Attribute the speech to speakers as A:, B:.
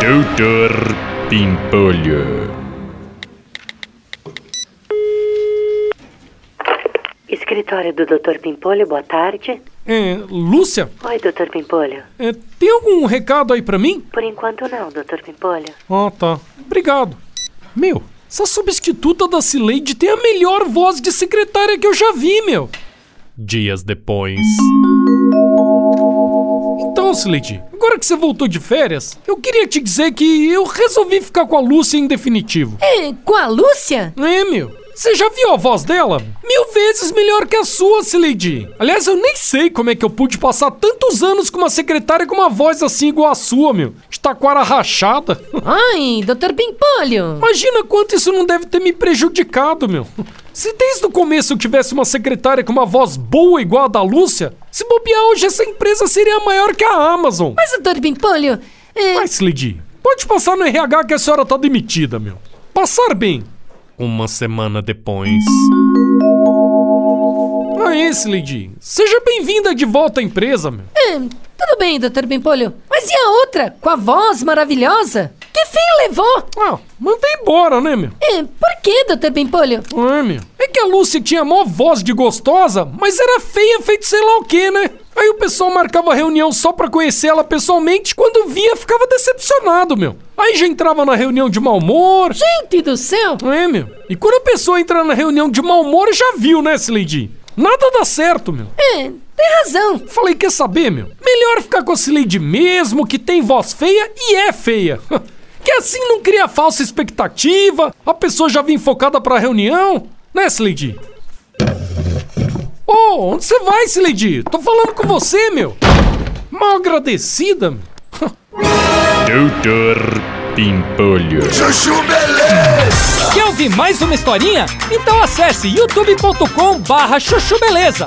A: Doutor Pimpolho.
B: Escritório do Dr. Pimpolho, boa tarde.
C: É, Lúcia,
B: Oi, Dr. Pimpolho.
C: é, tem algum recado aí pra mim?
B: Por enquanto não, Dr. Pimpolho.
C: Ah, tá. Obrigado. Meu, essa substituta da Cileide tem a melhor voz de secretária que eu já vi, meu.
A: Dias depois.
C: Então, Cileide, agora que você voltou de férias, eu queria te dizer que eu resolvi ficar com a Lúcia em definitivo.
D: É, com a Lúcia?
C: É, meu. Você já viu a voz dela? Mil vezes melhor que a sua, Cileide. Aliás, eu nem sei como é que eu pude passar tantos anos com uma secretária com uma voz assim igual a sua, meu. De taquara rachada.
D: Ai, Dr. Pimpolho.
C: Imagina quanto isso não deve ter me prejudicado, meu. Se desde o começo eu tivesse uma secretária com uma voz boa igual a da Lúcia, se bobear hoje essa empresa seria maior que a Amazon.
D: Mas, Dr. Pimpolho, é,
C: Mas, Lady, pode passar no RH que a senhora tá demitida, meu. Passar bem.
A: Uma semana depois.
C: Aê, Ah, Lady, seja bem-vinda de volta à empresa, meu.
D: é, tudo bem, Dr. Pimpolho. Mas e a outra, com a voz maravilhosa? Que fim levou?
C: Ah, manda embora, né, meu?
D: É, por que, Dr. Pimpolho?
C: É, meu. É que a Lúcia tinha mó voz de gostosa, mas era feia feito sei lá o que, né? Aí o pessoal marcava reunião só pra conhecer ela pessoalmente, quando via ficava decepcionado, meu. Aí já entrava na reunião de mau humor.
D: Gente do céu!
C: É, meu. E quando a pessoa entra na reunião de mau humor, já viu, né, Sileidi? Nada dá certo, meu.
D: É, tem razão.
C: Falei, quer saber, meu? Melhor ficar com a Cileide mesmo, que tem voz feia e é feia. Que assim não cria falsa expectativa, a pessoa já vem focada pra reunião. Né, Cileide? Ô, onde você vai, Cileide? Tô falando com você, meu. Mal agradecida, meu.
A: Doutor Pimpolho.
E: Quer ouvir mais uma historinha? Então acesse youtube.com barra chuchu beleza.